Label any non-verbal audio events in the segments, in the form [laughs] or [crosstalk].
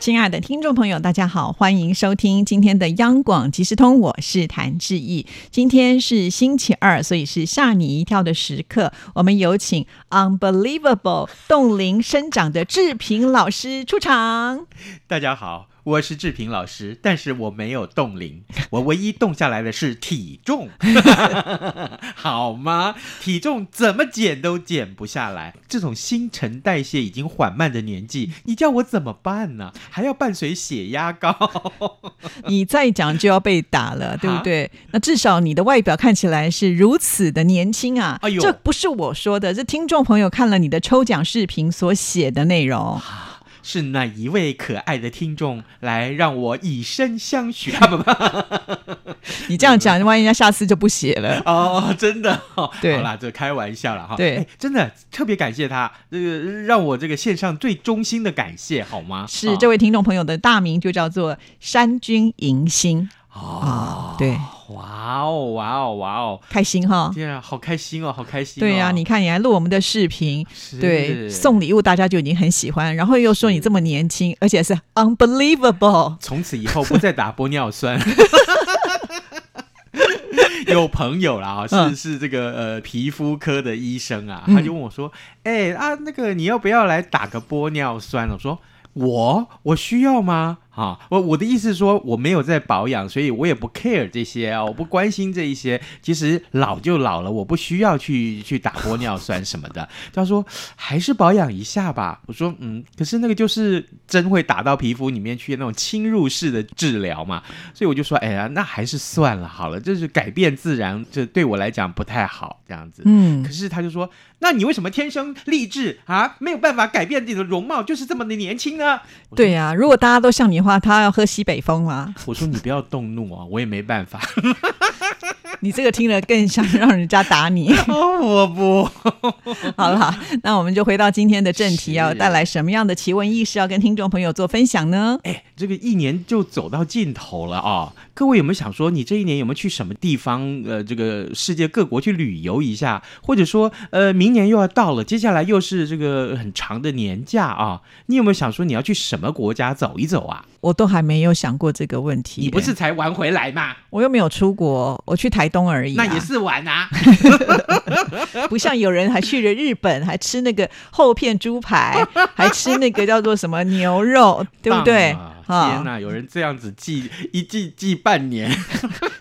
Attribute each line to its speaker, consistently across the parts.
Speaker 1: 亲爱的听众朋友，大家好，欢迎收听今天的央广即时通，我是谭志毅。今天是星期二，所以是吓你一跳的时刻。我们有请 Unbelievable 冻龄生长的志平老师出场。
Speaker 2: 大家好，我是志平老师，但是我没有冻龄，我唯一冻下来的是体重，好吗？体重怎么减都减不下来，这种新陈代谢已经缓慢的年纪，你叫我怎么办呢？还要伴随血压高，
Speaker 1: 你再讲就要被打了，对不
Speaker 2: 哈
Speaker 1: 对？那至少你的外表看起来是如此的年轻啊！
Speaker 2: 哎呦
Speaker 1: 这不是我说的，是听众朋友看了你的抽奖视频所写的内容。
Speaker 2: 是哪一位可爱的听众来让我以身相许？啊，不不，
Speaker 1: 你这样
Speaker 2: 哎
Speaker 1: 讲，万一人家下次就不写了。
Speaker 2: [laughs] 哦，真的哦，
Speaker 1: 对
Speaker 2: 好啦，这开玩笑了哈。
Speaker 1: 对
Speaker 2: 哎，真的特别感谢他，这个让我这个线上最衷心的感谢，好吗？啊
Speaker 1: 是这
Speaker 2: 位
Speaker 1: 位听众朋友的大名就叫做山君迎新
Speaker 2: 哦
Speaker 1: 啊，，对，
Speaker 2: 哇哦，哇哦，哇哦！
Speaker 1: 开心哈。
Speaker 2: 天啊，好开心哦，好开心、哦！
Speaker 1: 对呀、啊你看你还录我们的视频，
Speaker 2: 是
Speaker 1: 对，送礼物大家就已经很喜欢，然后又说你这么年轻，而且是 unbelievable。
Speaker 2: 从此以后不再打玻
Speaker 1: [laughs]
Speaker 2: 尿酸。有朋友啦，
Speaker 1: 嗯
Speaker 2: 是是这个呃皮肤科的医生啊，
Speaker 1: 嗯
Speaker 2: 他就问我说：“哎、啊，那个你要不要来打个玻尿酸？”我说：“我我需要吗？啊，我我的意思是说我没有在保养，所以我也不 care 这些啊，我不关心这一些。其实老就老了，我不需要去去打玻尿酸什么的。”他说：“还是保养一下吧。”我说：“嗯，可是那个就是针会打到皮肤里面去那种侵入式的治疗嘛，所以我就说，哎呀，那还是算了好了，就是改变自然，这对我来讲不太好，这样子。
Speaker 1: 嗯
Speaker 2: 可，是他就说，那你为什么天生丽质啊，没有办法改变自己的容貌，就是这么的年轻呢？
Speaker 1: 对呀、如果大家都像你的话，他要喝西北风
Speaker 2: [laughs]
Speaker 1: 啦。
Speaker 2: 我说你不要动怒啊，我也没办法。
Speaker 1: 你这个听了更像让人家打
Speaker 2: [laughs]
Speaker 1: 你。
Speaker 2: [laughs] 哦，我不，
Speaker 1: 好了，那我们就回到今天的正题，
Speaker 2: 是
Speaker 1: 要带来什么样的奇闻异事要跟听众朋友做分享呢？
Speaker 2: 哎，这个一年就走到尽头了啊、各位有没有想说，你这一年有没有去什么地方？呃，这个世界各国去旅游一下，或者说，呃，明年又要到了，接下来又是这个很长的年假啊、你有没有想说你要去什么国家走一走啊？
Speaker 1: 我都还没有想过这个问题。
Speaker 2: 你不是，才玩回来吗？
Speaker 1: 我又没有出国，我去台东而已、啊。
Speaker 2: 那也，是
Speaker 1: [laughs]
Speaker 2: 玩啊。
Speaker 1: 不像有人还去了日本，还吃那个厚片猪排， [laughs] 还吃那个叫做什么牛肉，对不对？
Speaker 2: 棒啊天哪，有人这样子记一记记半年，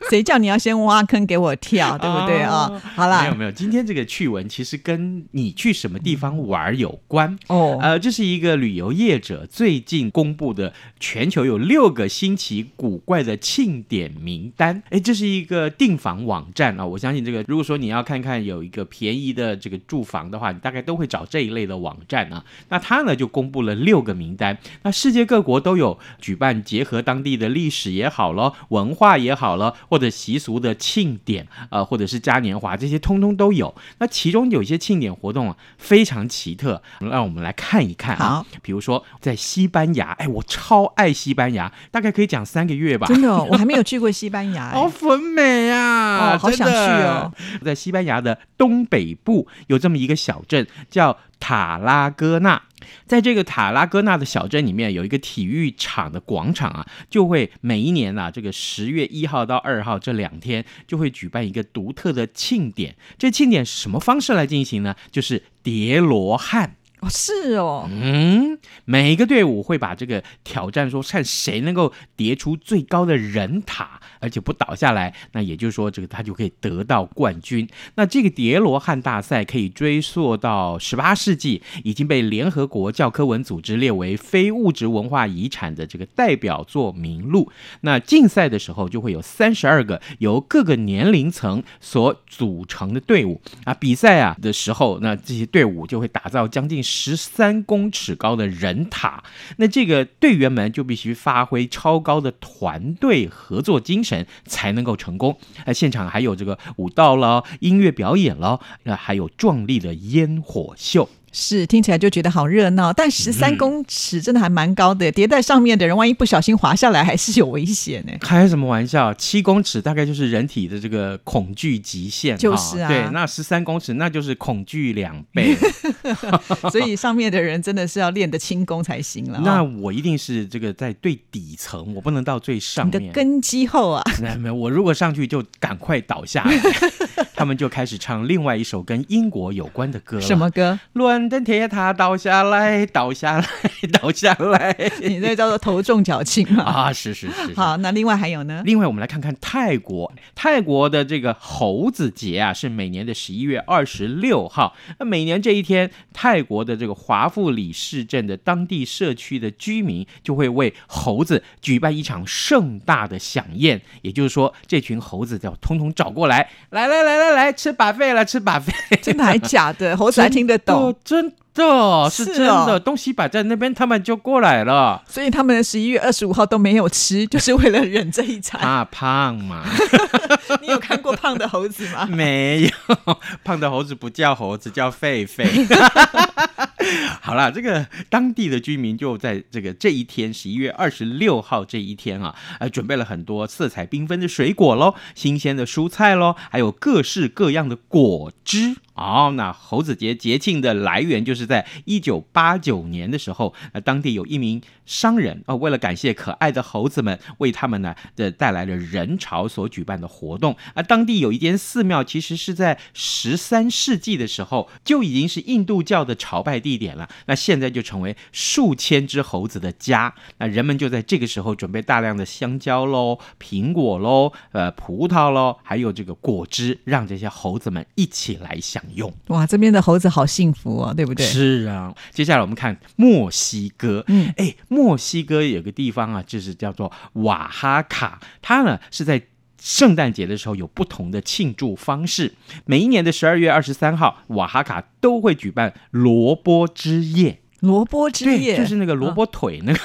Speaker 1: 谁叫你要先挖坑给我跳，对不对啊、
Speaker 2: 哦
Speaker 1: 好
Speaker 2: 没有
Speaker 1: 啦，
Speaker 2: 没有。今天这个趣闻其实跟你去什么地方玩有关。
Speaker 1: 哦，
Speaker 2: 呃，这是一个旅游业者最近公布的全球有六个新奇古怪的庆典名单。哎，这是一个订房网站啊、我相信这个，如果说你要看看有一个便宜的这个住房的话，你大概都会找这一类的网站啊。那它呢就公布了六个名单，那世界各国都有举办结合当地的历史也好咯，文化也好咯，或者习俗的庆典，呃，或者是嘉年华，这些通通都有。那其中有一些庆典活动啊，非常奇特，嗯让我们来看一看啊。比如说在西班牙，哎，我超爱西班牙，大概可以讲三个月吧。哦
Speaker 1: 真的哦、我还没有去过西班
Speaker 2: [laughs]
Speaker 1: 牙、哎
Speaker 2: 好粉美啊！
Speaker 1: 哦好想去哦
Speaker 2: 真的！在西班牙的东北部有这么一个小镇叫塔拉戈纳，在这个塔拉戈纳的小镇里面有一个体育场的广场啊，就会每一年啊，这个十月一号到二号这两天就会举办一个独特的庆典。这庆典是什么方式来进行呢？就是叠罗汉。
Speaker 1: 哦是哦，
Speaker 2: 嗯，每一个队伍会把这个挑战说看谁能够叠出最高的人塔，而且不倒下来，那也就是说这个他就可以得到冠军。那这个叠罗汉大赛可以追溯到十八世纪，已经被联合国教科文组织列为非物质文化遗产的这个代表作名录。那竞赛的时候就会有三十二个由各个年龄层所组成的队伍啊，比赛啊的时候，那这些队伍就会打造将近十三公尺高的人塔。那这个队员们就必须发挥超高的团队合作精神，才能够成功。那现场啊还有这个舞蹈了，音乐表演了，那还有壮丽的烟火秀。
Speaker 1: 是听起来就觉得好热闹，但十三公尺真的还蛮高
Speaker 2: 嗯
Speaker 1: 的，叠在上面的人万一不小心滑下来，还是有危险
Speaker 2: [laughs]
Speaker 1: 呢。
Speaker 2: 开什么玩笑？七公尺大概就是人体的这个恐惧极限，
Speaker 1: 就是啊
Speaker 2: 哈对，那十三公尺那就是恐惧两倍。
Speaker 1: [laughs] 所以上面的人真的是要练得轻功才行了、
Speaker 2: 那
Speaker 1: 哦。
Speaker 2: 我一定是这个在最底层，我不能到最上
Speaker 1: 你
Speaker 2: 面。
Speaker 1: 的根基厚啊，
Speaker 2: 那没有，我如果上去就赶快倒
Speaker 1: [laughs]
Speaker 2: 下来，他们就开始唱另外一首跟英国有关的歌了。
Speaker 1: 什么？
Speaker 2: [laughs]
Speaker 1: 歌？
Speaker 2: 伦敦铁塔倒下来，倒下来，倒下
Speaker 1: [laughs]
Speaker 2: 来
Speaker 1: 你那叫做头重脚轻嘛。
Speaker 2: 啊！是是是是。
Speaker 1: 好，那另外还有呢？
Speaker 2: 另外，我们来看看泰国。泰国的这个猴子节啊，是每年的十一月二十六号。那每年这一天，泰国的这个华富里市镇的当地社区的居民就会为猴子举办一场盛大的飨宴。也就是说，这群猴子要通通找过来，来来来来来，吃把费了，
Speaker 1: [laughs]
Speaker 2: 吃把费。
Speaker 1: [laughs] 真的还假的？
Speaker 2: [laughs]
Speaker 1: 猴子还听得懂，
Speaker 2: 真的是
Speaker 1: 哦是
Speaker 2: 真
Speaker 1: 哦
Speaker 2: 的，东西摆在那边，他们就过来
Speaker 1: [laughs]
Speaker 2: 了。
Speaker 1: 所以他们十一月二十五号都没有吃，就是为了忍这一
Speaker 2: [laughs]
Speaker 1: 餐。
Speaker 2: 怕胖嘛？
Speaker 1: 你有看过胖的猴子
Speaker 2: [laughs]
Speaker 1: 吗？
Speaker 2: 没有，胖的猴子不叫猴子，叫狒狒。好啦，这个当地的居民就在这个这一天，十一月二十六号这一天啊，呃，准备了很多色彩缤纷的水果喽，新鲜的蔬菜喽，还有各式各样的果汁。哦，那猴子节节庆的来源就是在一九八九年的时候，呃，当地有一名商人啊、呃为了感谢可爱的猴子们，为他们呢的带来了人潮所举办的活动。啊、当地有一间寺庙，其实是在十三世纪的时候就已经是印度教的朝拜地点了。那现在就成为数千只猴子的家。那人们就在这个时候准备大量的香蕉喽、苹果喽、呃葡萄喽，还有这个果汁，让这些猴子们一起来享用。
Speaker 1: 哇，这边的猴子好幸福哦，对不对？
Speaker 2: 是啊，接下来我们看墨西哥。
Speaker 1: 嗯，
Speaker 2: 哎，墨西哥有个地方啊，就是叫做瓦哈卡，它呢是在。圣诞节的时候有不同的庆祝方式，每一年的十二月二十三号，瓦哈卡都会举办萝卜之夜，
Speaker 1: 萝卜之
Speaker 2: 对，
Speaker 1: 夜
Speaker 2: 就是那个萝卜腿，那个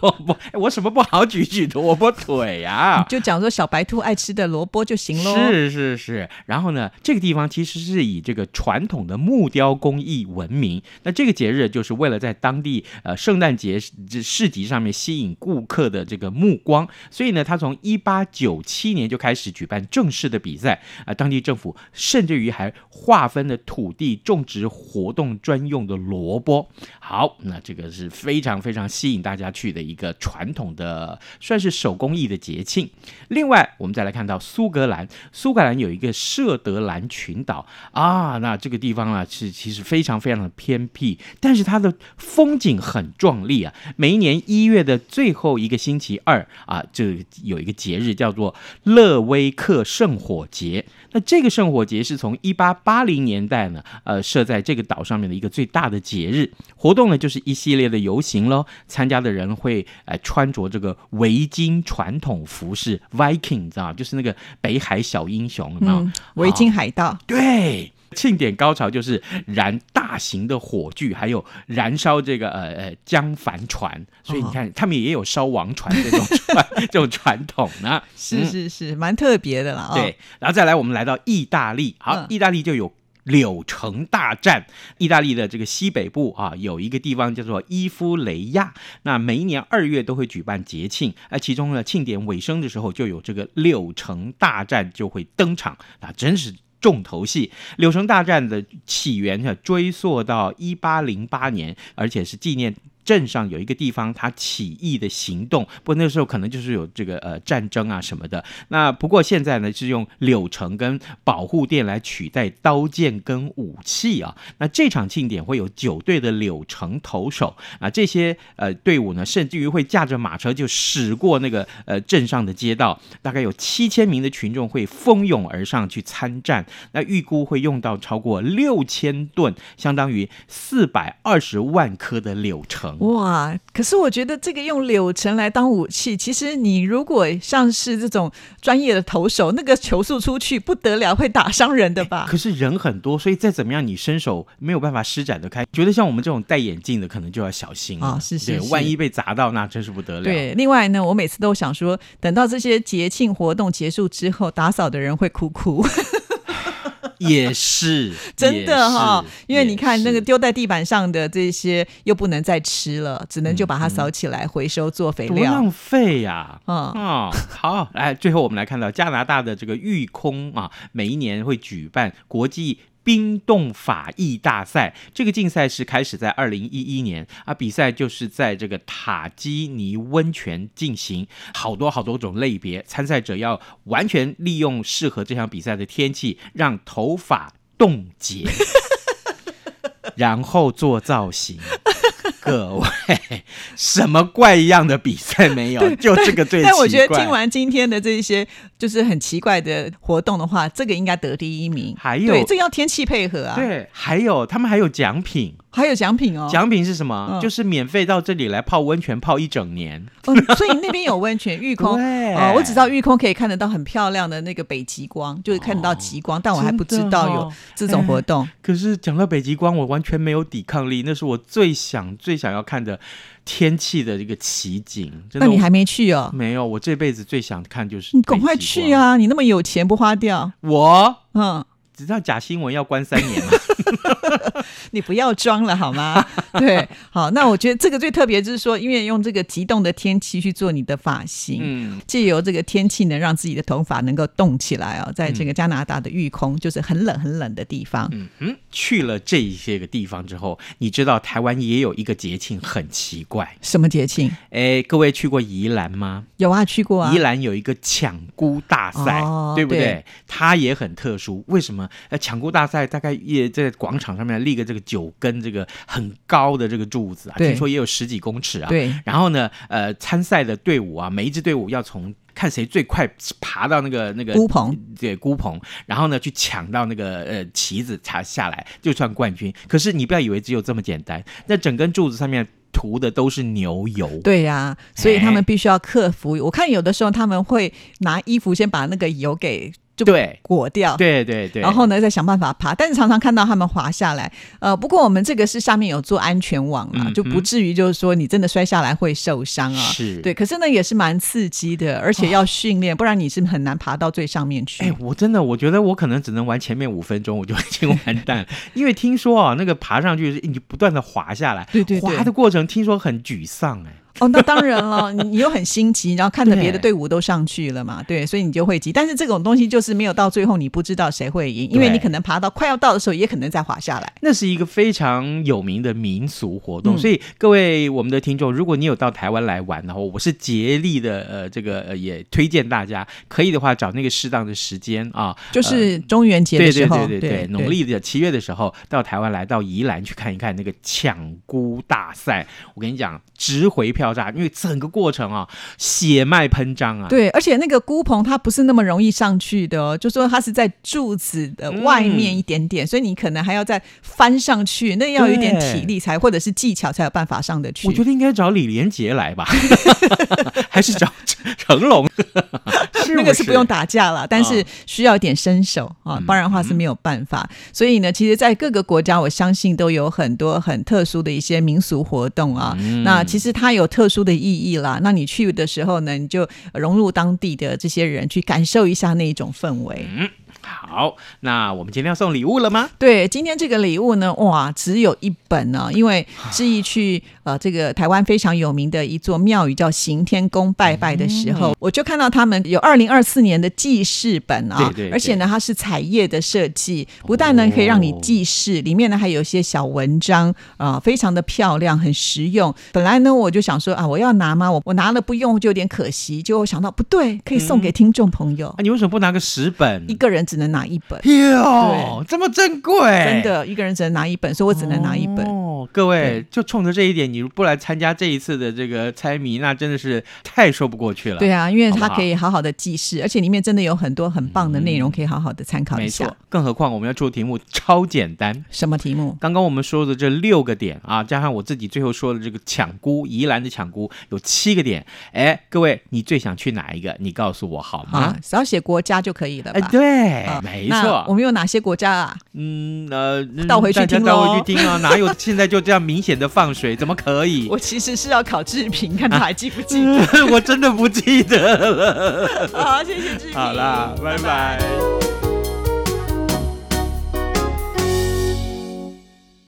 Speaker 2: 萝卜， [laughs] 哎我什么不好举举的萝卜腿啊？
Speaker 1: 就讲说小白兔爱吃的萝卜就行喽。
Speaker 2: 是是是，然后呢，这个地方其实是以这个传统的木雕工艺闻名。那这个节日就是为了在当地呃圣诞节市市集上面吸引顾客的这个目光，所以呢，他从一八九七年就开始举办正式的比赛啊、当地政府甚至于还划分了土地种植活动专用的萝卜。好，那这个是非常非常吸引大家去的一个传统的，算是手工艺的节庆。另外，我们再来看到苏格兰，苏格兰有一个舍德兰群岛啊，那这个地方啊是其实非常非常的偏僻，但是它的风景很壮丽啊。每一年一月的最后一个星期二啊，这有一个节日叫做勒威克圣火节。那这个圣火节是从一八八零年代呢，呃，设在这个岛上面的一个最大的节日活动呢，就是一系列的游行喽。参加的人会呃穿着这个围巾传统服饰 Vikings 啊，就是那个北海小英雄，有没有？
Speaker 1: 嗯，维
Speaker 2: 啊
Speaker 1: 京海
Speaker 2: 嗯
Speaker 1: 盗，
Speaker 2: 对。庆典高潮就是燃大型的火炬，还有燃烧这个呃呃江帆船，所以你
Speaker 1: 哦
Speaker 2: 看、他们也有烧王船 [laughs] 这种传这种传统啊呢。
Speaker 1: 是是是，蛮特别的啦。哦，
Speaker 2: 对，然后再来，我们来到意大利。好，
Speaker 1: 嗯
Speaker 2: 啊意大利就有。柳城大战，意大利的这个西北部啊，有一个地方叫做伊夫雷亚。那每一年二月都会举办节庆，啊，其中呢，庆典尾声的时候就有这个柳城大战就会登场，啊，真是重头戏。柳城大战的起源呢，追溯到一八零八年，而且是纪念。镇上有一个地方，它起义的行动，不过那时候可能就是有这个呃战争啊什么的。那不过现在呢，是用柳橙跟保护垫来取代刀剑跟武器啊。那这场庆典会有九队的柳橙投手啊，这些呃队伍呢，甚至于会驾着马车就驶过那个呃镇上的街道，大概有七千名的群众会蜂拥而上去参战。那预估会用到超过六千吨，相当于四百二十万颗的柳橙。
Speaker 1: 哇！可是我觉得这个用柳橙来当武器，其实你如果像是这种专业的投手，那个球速出去不得了，会打伤人的吧？
Speaker 2: [laughs] 可是人很多，所以再怎么样，你伸手没有办法施展得开。觉得像我们这种戴眼镜的，可能就要小心了
Speaker 1: 啊是是
Speaker 2: 对
Speaker 1: 是
Speaker 2: 万一被砸到，那真是不得了。，
Speaker 1: 对，另外呢，我每次都想说，等到这些节庆活动结束之后，打扫的人会哭哭。
Speaker 2: 也是，
Speaker 1: [laughs] 真的哈、
Speaker 2: 也是
Speaker 1: 因为你看那个
Speaker 2: 也是
Speaker 1: 丢在地板上的这些又不能再吃了，只能就把
Speaker 2: 嗯
Speaker 1: 它扫起来回收做肥
Speaker 2: 多
Speaker 1: 料。
Speaker 2: 浪费呀、
Speaker 1: 嗯
Speaker 2: 哦，好，来，最后我们来看到加拿大的这个育空啊，每一年会举办国际。冰冻法艺大赛这个竞赛是开始在二零一一年啊，比赛就是在这个塔基尼温泉进行，好多好多种类别，参赛者要完全利用适合这项比赛的天气，让头发冻结， [laughs] 然后做造型。各位，什么怪一样的比赛
Speaker 1: [laughs]
Speaker 2: 没有？就这个最奇怪。
Speaker 1: 但我觉得听完今天的这些就是很奇怪的活动的话，这个应该得第一名。
Speaker 2: 还有
Speaker 1: 对，这个要天气配合啊，
Speaker 2: 对，还有他们还有奖品，
Speaker 1: 还有奖品哦。
Speaker 2: 奖品是什么？
Speaker 1: 嗯
Speaker 2: 就是免费到这里来泡温泉，泡一整年。
Speaker 1: 哦，
Speaker 2: [laughs]
Speaker 1: 所以那边有温泉、玉空。
Speaker 2: 对
Speaker 1: 哦，我只知道玉空可以看得到很漂亮的那个北极光，就是看得到极光，但我还不知道
Speaker 2: 真的
Speaker 1: 有
Speaker 2: 哦
Speaker 1: 这种活动。
Speaker 2: 可是讲到北极光，我完全没有抵抗力，那是我最想最想要看的天气的一个奇景。真
Speaker 1: 那
Speaker 2: 的，
Speaker 1: 你还没去哦？
Speaker 2: 没有？我这辈子最想看就是
Speaker 1: 你赶快
Speaker 2: 北极光
Speaker 1: 去！啊！你那么有钱不花掉，
Speaker 2: 我
Speaker 1: 嗯，
Speaker 2: 知道假新闻要关三年 [laughs] 嘛，
Speaker 1: 你不要装了好吗？ [laughs] 对，好，那我觉得这个最特别就是说，因为用这个极冻的天气去做你的发型，
Speaker 2: 嗯，
Speaker 1: 借由这个天气能让自己的头发能够动起来哦，在这个加拿大的育空，就是很冷很冷的地方。
Speaker 2: 嗯哼，去了这一些个地方之后，你知道台湾也有一个节庆很奇怪。
Speaker 1: 什么节庆？
Speaker 2: 哎，各位去过宜兰吗？
Speaker 1: 有啊，去过啊
Speaker 2: 宜。兰有一个抢孤大赛，
Speaker 1: 哦
Speaker 2: 对不对？
Speaker 1: 对
Speaker 2: 它也很特殊。为什么？呃，抢孤大赛大概也在广场上面立个这个九根这个很高的这个柱子啊，
Speaker 1: 对
Speaker 2: 听说也有十几公尺啊。
Speaker 1: 对，
Speaker 2: 然后呢，呃，参赛的队伍啊，每一支队伍要从看谁最快爬到那个那个
Speaker 1: 孤棚，
Speaker 2: 对孤棚，然后呢去抢到那个呃旗子，查下来就算冠军。可是你不要以为只有这么简单，那整根柱子上面涂的都是牛油。
Speaker 1: 对呀、所以他
Speaker 2: 哎
Speaker 1: 们必须要克服。我看有的时候他们会拿衣服先把那个油给就
Speaker 2: 对
Speaker 1: 裹掉，
Speaker 2: 对对对，
Speaker 1: 然后呢再想办法爬。但是常常看到他们滑下来，呃，不过我们这个是下面有做安全网啦，
Speaker 2: 嗯哼
Speaker 1: 就不至于就是说你真的摔下来会受伤啊。
Speaker 2: 是哦
Speaker 1: 对，可是呢也是蛮刺激的，而且要训练，不然你是很难爬到最上面去。
Speaker 2: 哎、我真的，我觉得我可能只能玩前面五分钟，我就已经完蛋了，因为听说啊，那个爬上去是你不断的滑下来，
Speaker 1: 对对对
Speaker 2: 滑的过程听说很沮丧、哎，
Speaker 1: 哦，那当然了，你你又很心急，然后看着
Speaker 2: 对
Speaker 1: 别的队伍都上去了嘛，对，所以你就会急。但是这种东西就是没有到最后，你不知道谁会赢，因为
Speaker 2: 对
Speaker 1: 你可能爬到快要到的时候，也可能再滑下来。
Speaker 2: 那是一个非常有名的民俗活动，
Speaker 1: 嗯
Speaker 2: 所以各位我们的听众，如果你有到台湾来玩的话，我是竭力的，呃，这个呃也推荐大家，可以的话找那个适当的时间啊，
Speaker 1: 就是中元节的
Speaker 2: 对
Speaker 1: 时
Speaker 2: 对
Speaker 1: 候，
Speaker 2: 对对对，农历的七月的时候到台湾来，到宜兰去看一看那个抢孤大赛。我跟你讲，值回票价，因为整个过程啊，血脉喷张啊。
Speaker 1: 对，而且那个孤棚它不是那么容易上去的哦，就说它是在柱子的
Speaker 2: 嗯
Speaker 1: 外面一点点，所以你可能还要再翻上去，那要有一点体力才或者是技巧才有办法上得去。
Speaker 2: 我觉得应该找李连杰来吧，还是找成龙？是啊
Speaker 1: 那个是不用打架了，但是需要一点身手啊
Speaker 2: 嗯，
Speaker 1: 不然的话是没有办法。所以呢，其实，在各个国家，我相信都有很多很特殊的一些民俗活动啊。
Speaker 2: 嗯
Speaker 1: 那其实它有特殊的意义啦。那你去的时候呢，你就融入当地的这些人，去感受一下那一种氛围。
Speaker 2: 好，那我们今天要送礼物了吗？
Speaker 1: 对，今天这个礼物呢，哇，只有一本呢、因为
Speaker 2: 啊
Speaker 1: 志毅去呃这个台湾非常有名的一座庙宇叫行天宫拜拜的时
Speaker 2: 嗯
Speaker 1: 候，我就看到他们有二零二四年的记事本啊、
Speaker 2: 对对对哦
Speaker 1: 而且呢它是彩页的设计，不但呢可以让你记事，里面呢还有一些小文章啊、非常的漂亮，很实用。本来呢我就想说啊，我要拿吗？我我拿了不用就有点可惜，结果我想到不对，可以送给听众朋友，
Speaker 2: 啊，你为什么不拿个十本
Speaker 1: 一？个人只能拿一本。
Speaker 2: 哟，这么珍贵，
Speaker 1: 真的，一个人只能拿一本，所以我只能拿一本。
Speaker 2: 哦，各位
Speaker 1: 对，
Speaker 2: 就冲着这一点，你不来参加这一次的这个猜谜，那真的是太说不过去了。
Speaker 1: 对啊，因为
Speaker 2: 好不
Speaker 1: 它
Speaker 2: 好
Speaker 1: 可以好好的记事，而且里面真的有很多很棒的内容可以好好的参考一
Speaker 2: 没
Speaker 1: 下
Speaker 2: 错。，更何况我们要出的题目超简单。
Speaker 1: 什么题目？
Speaker 2: 刚刚我们说的这六个点啊，加上我自己最后说的这个抢姑，宜兰的抢姑有七个点。哎，各位，你最想去哪一个？你告诉我好
Speaker 1: 啊
Speaker 2: 吗？，
Speaker 1: 只要写国家就可以了
Speaker 2: 哎，
Speaker 1: 吧？
Speaker 2: 对，
Speaker 1: 啊
Speaker 2: 没
Speaker 1: 那我
Speaker 2: 错。
Speaker 1: 们有哪些国家啊？
Speaker 2: 嗯，呃，嗯
Speaker 1: 倒回去
Speaker 2: 大家
Speaker 1: 听
Speaker 2: 倒回
Speaker 1: 咯
Speaker 2: 去听
Speaker 1: [laughs]
Speaker 2: 啊，哪有现在就这样明显的放水？怎么可以？ [laughs]
Speaker 1: 我其实是要考志平，看他还记不记得。
Speaker 2: 我真的不记得了。
Speaker 1: 好，谢谢志平。
Speaker 2: 好啦，拜拜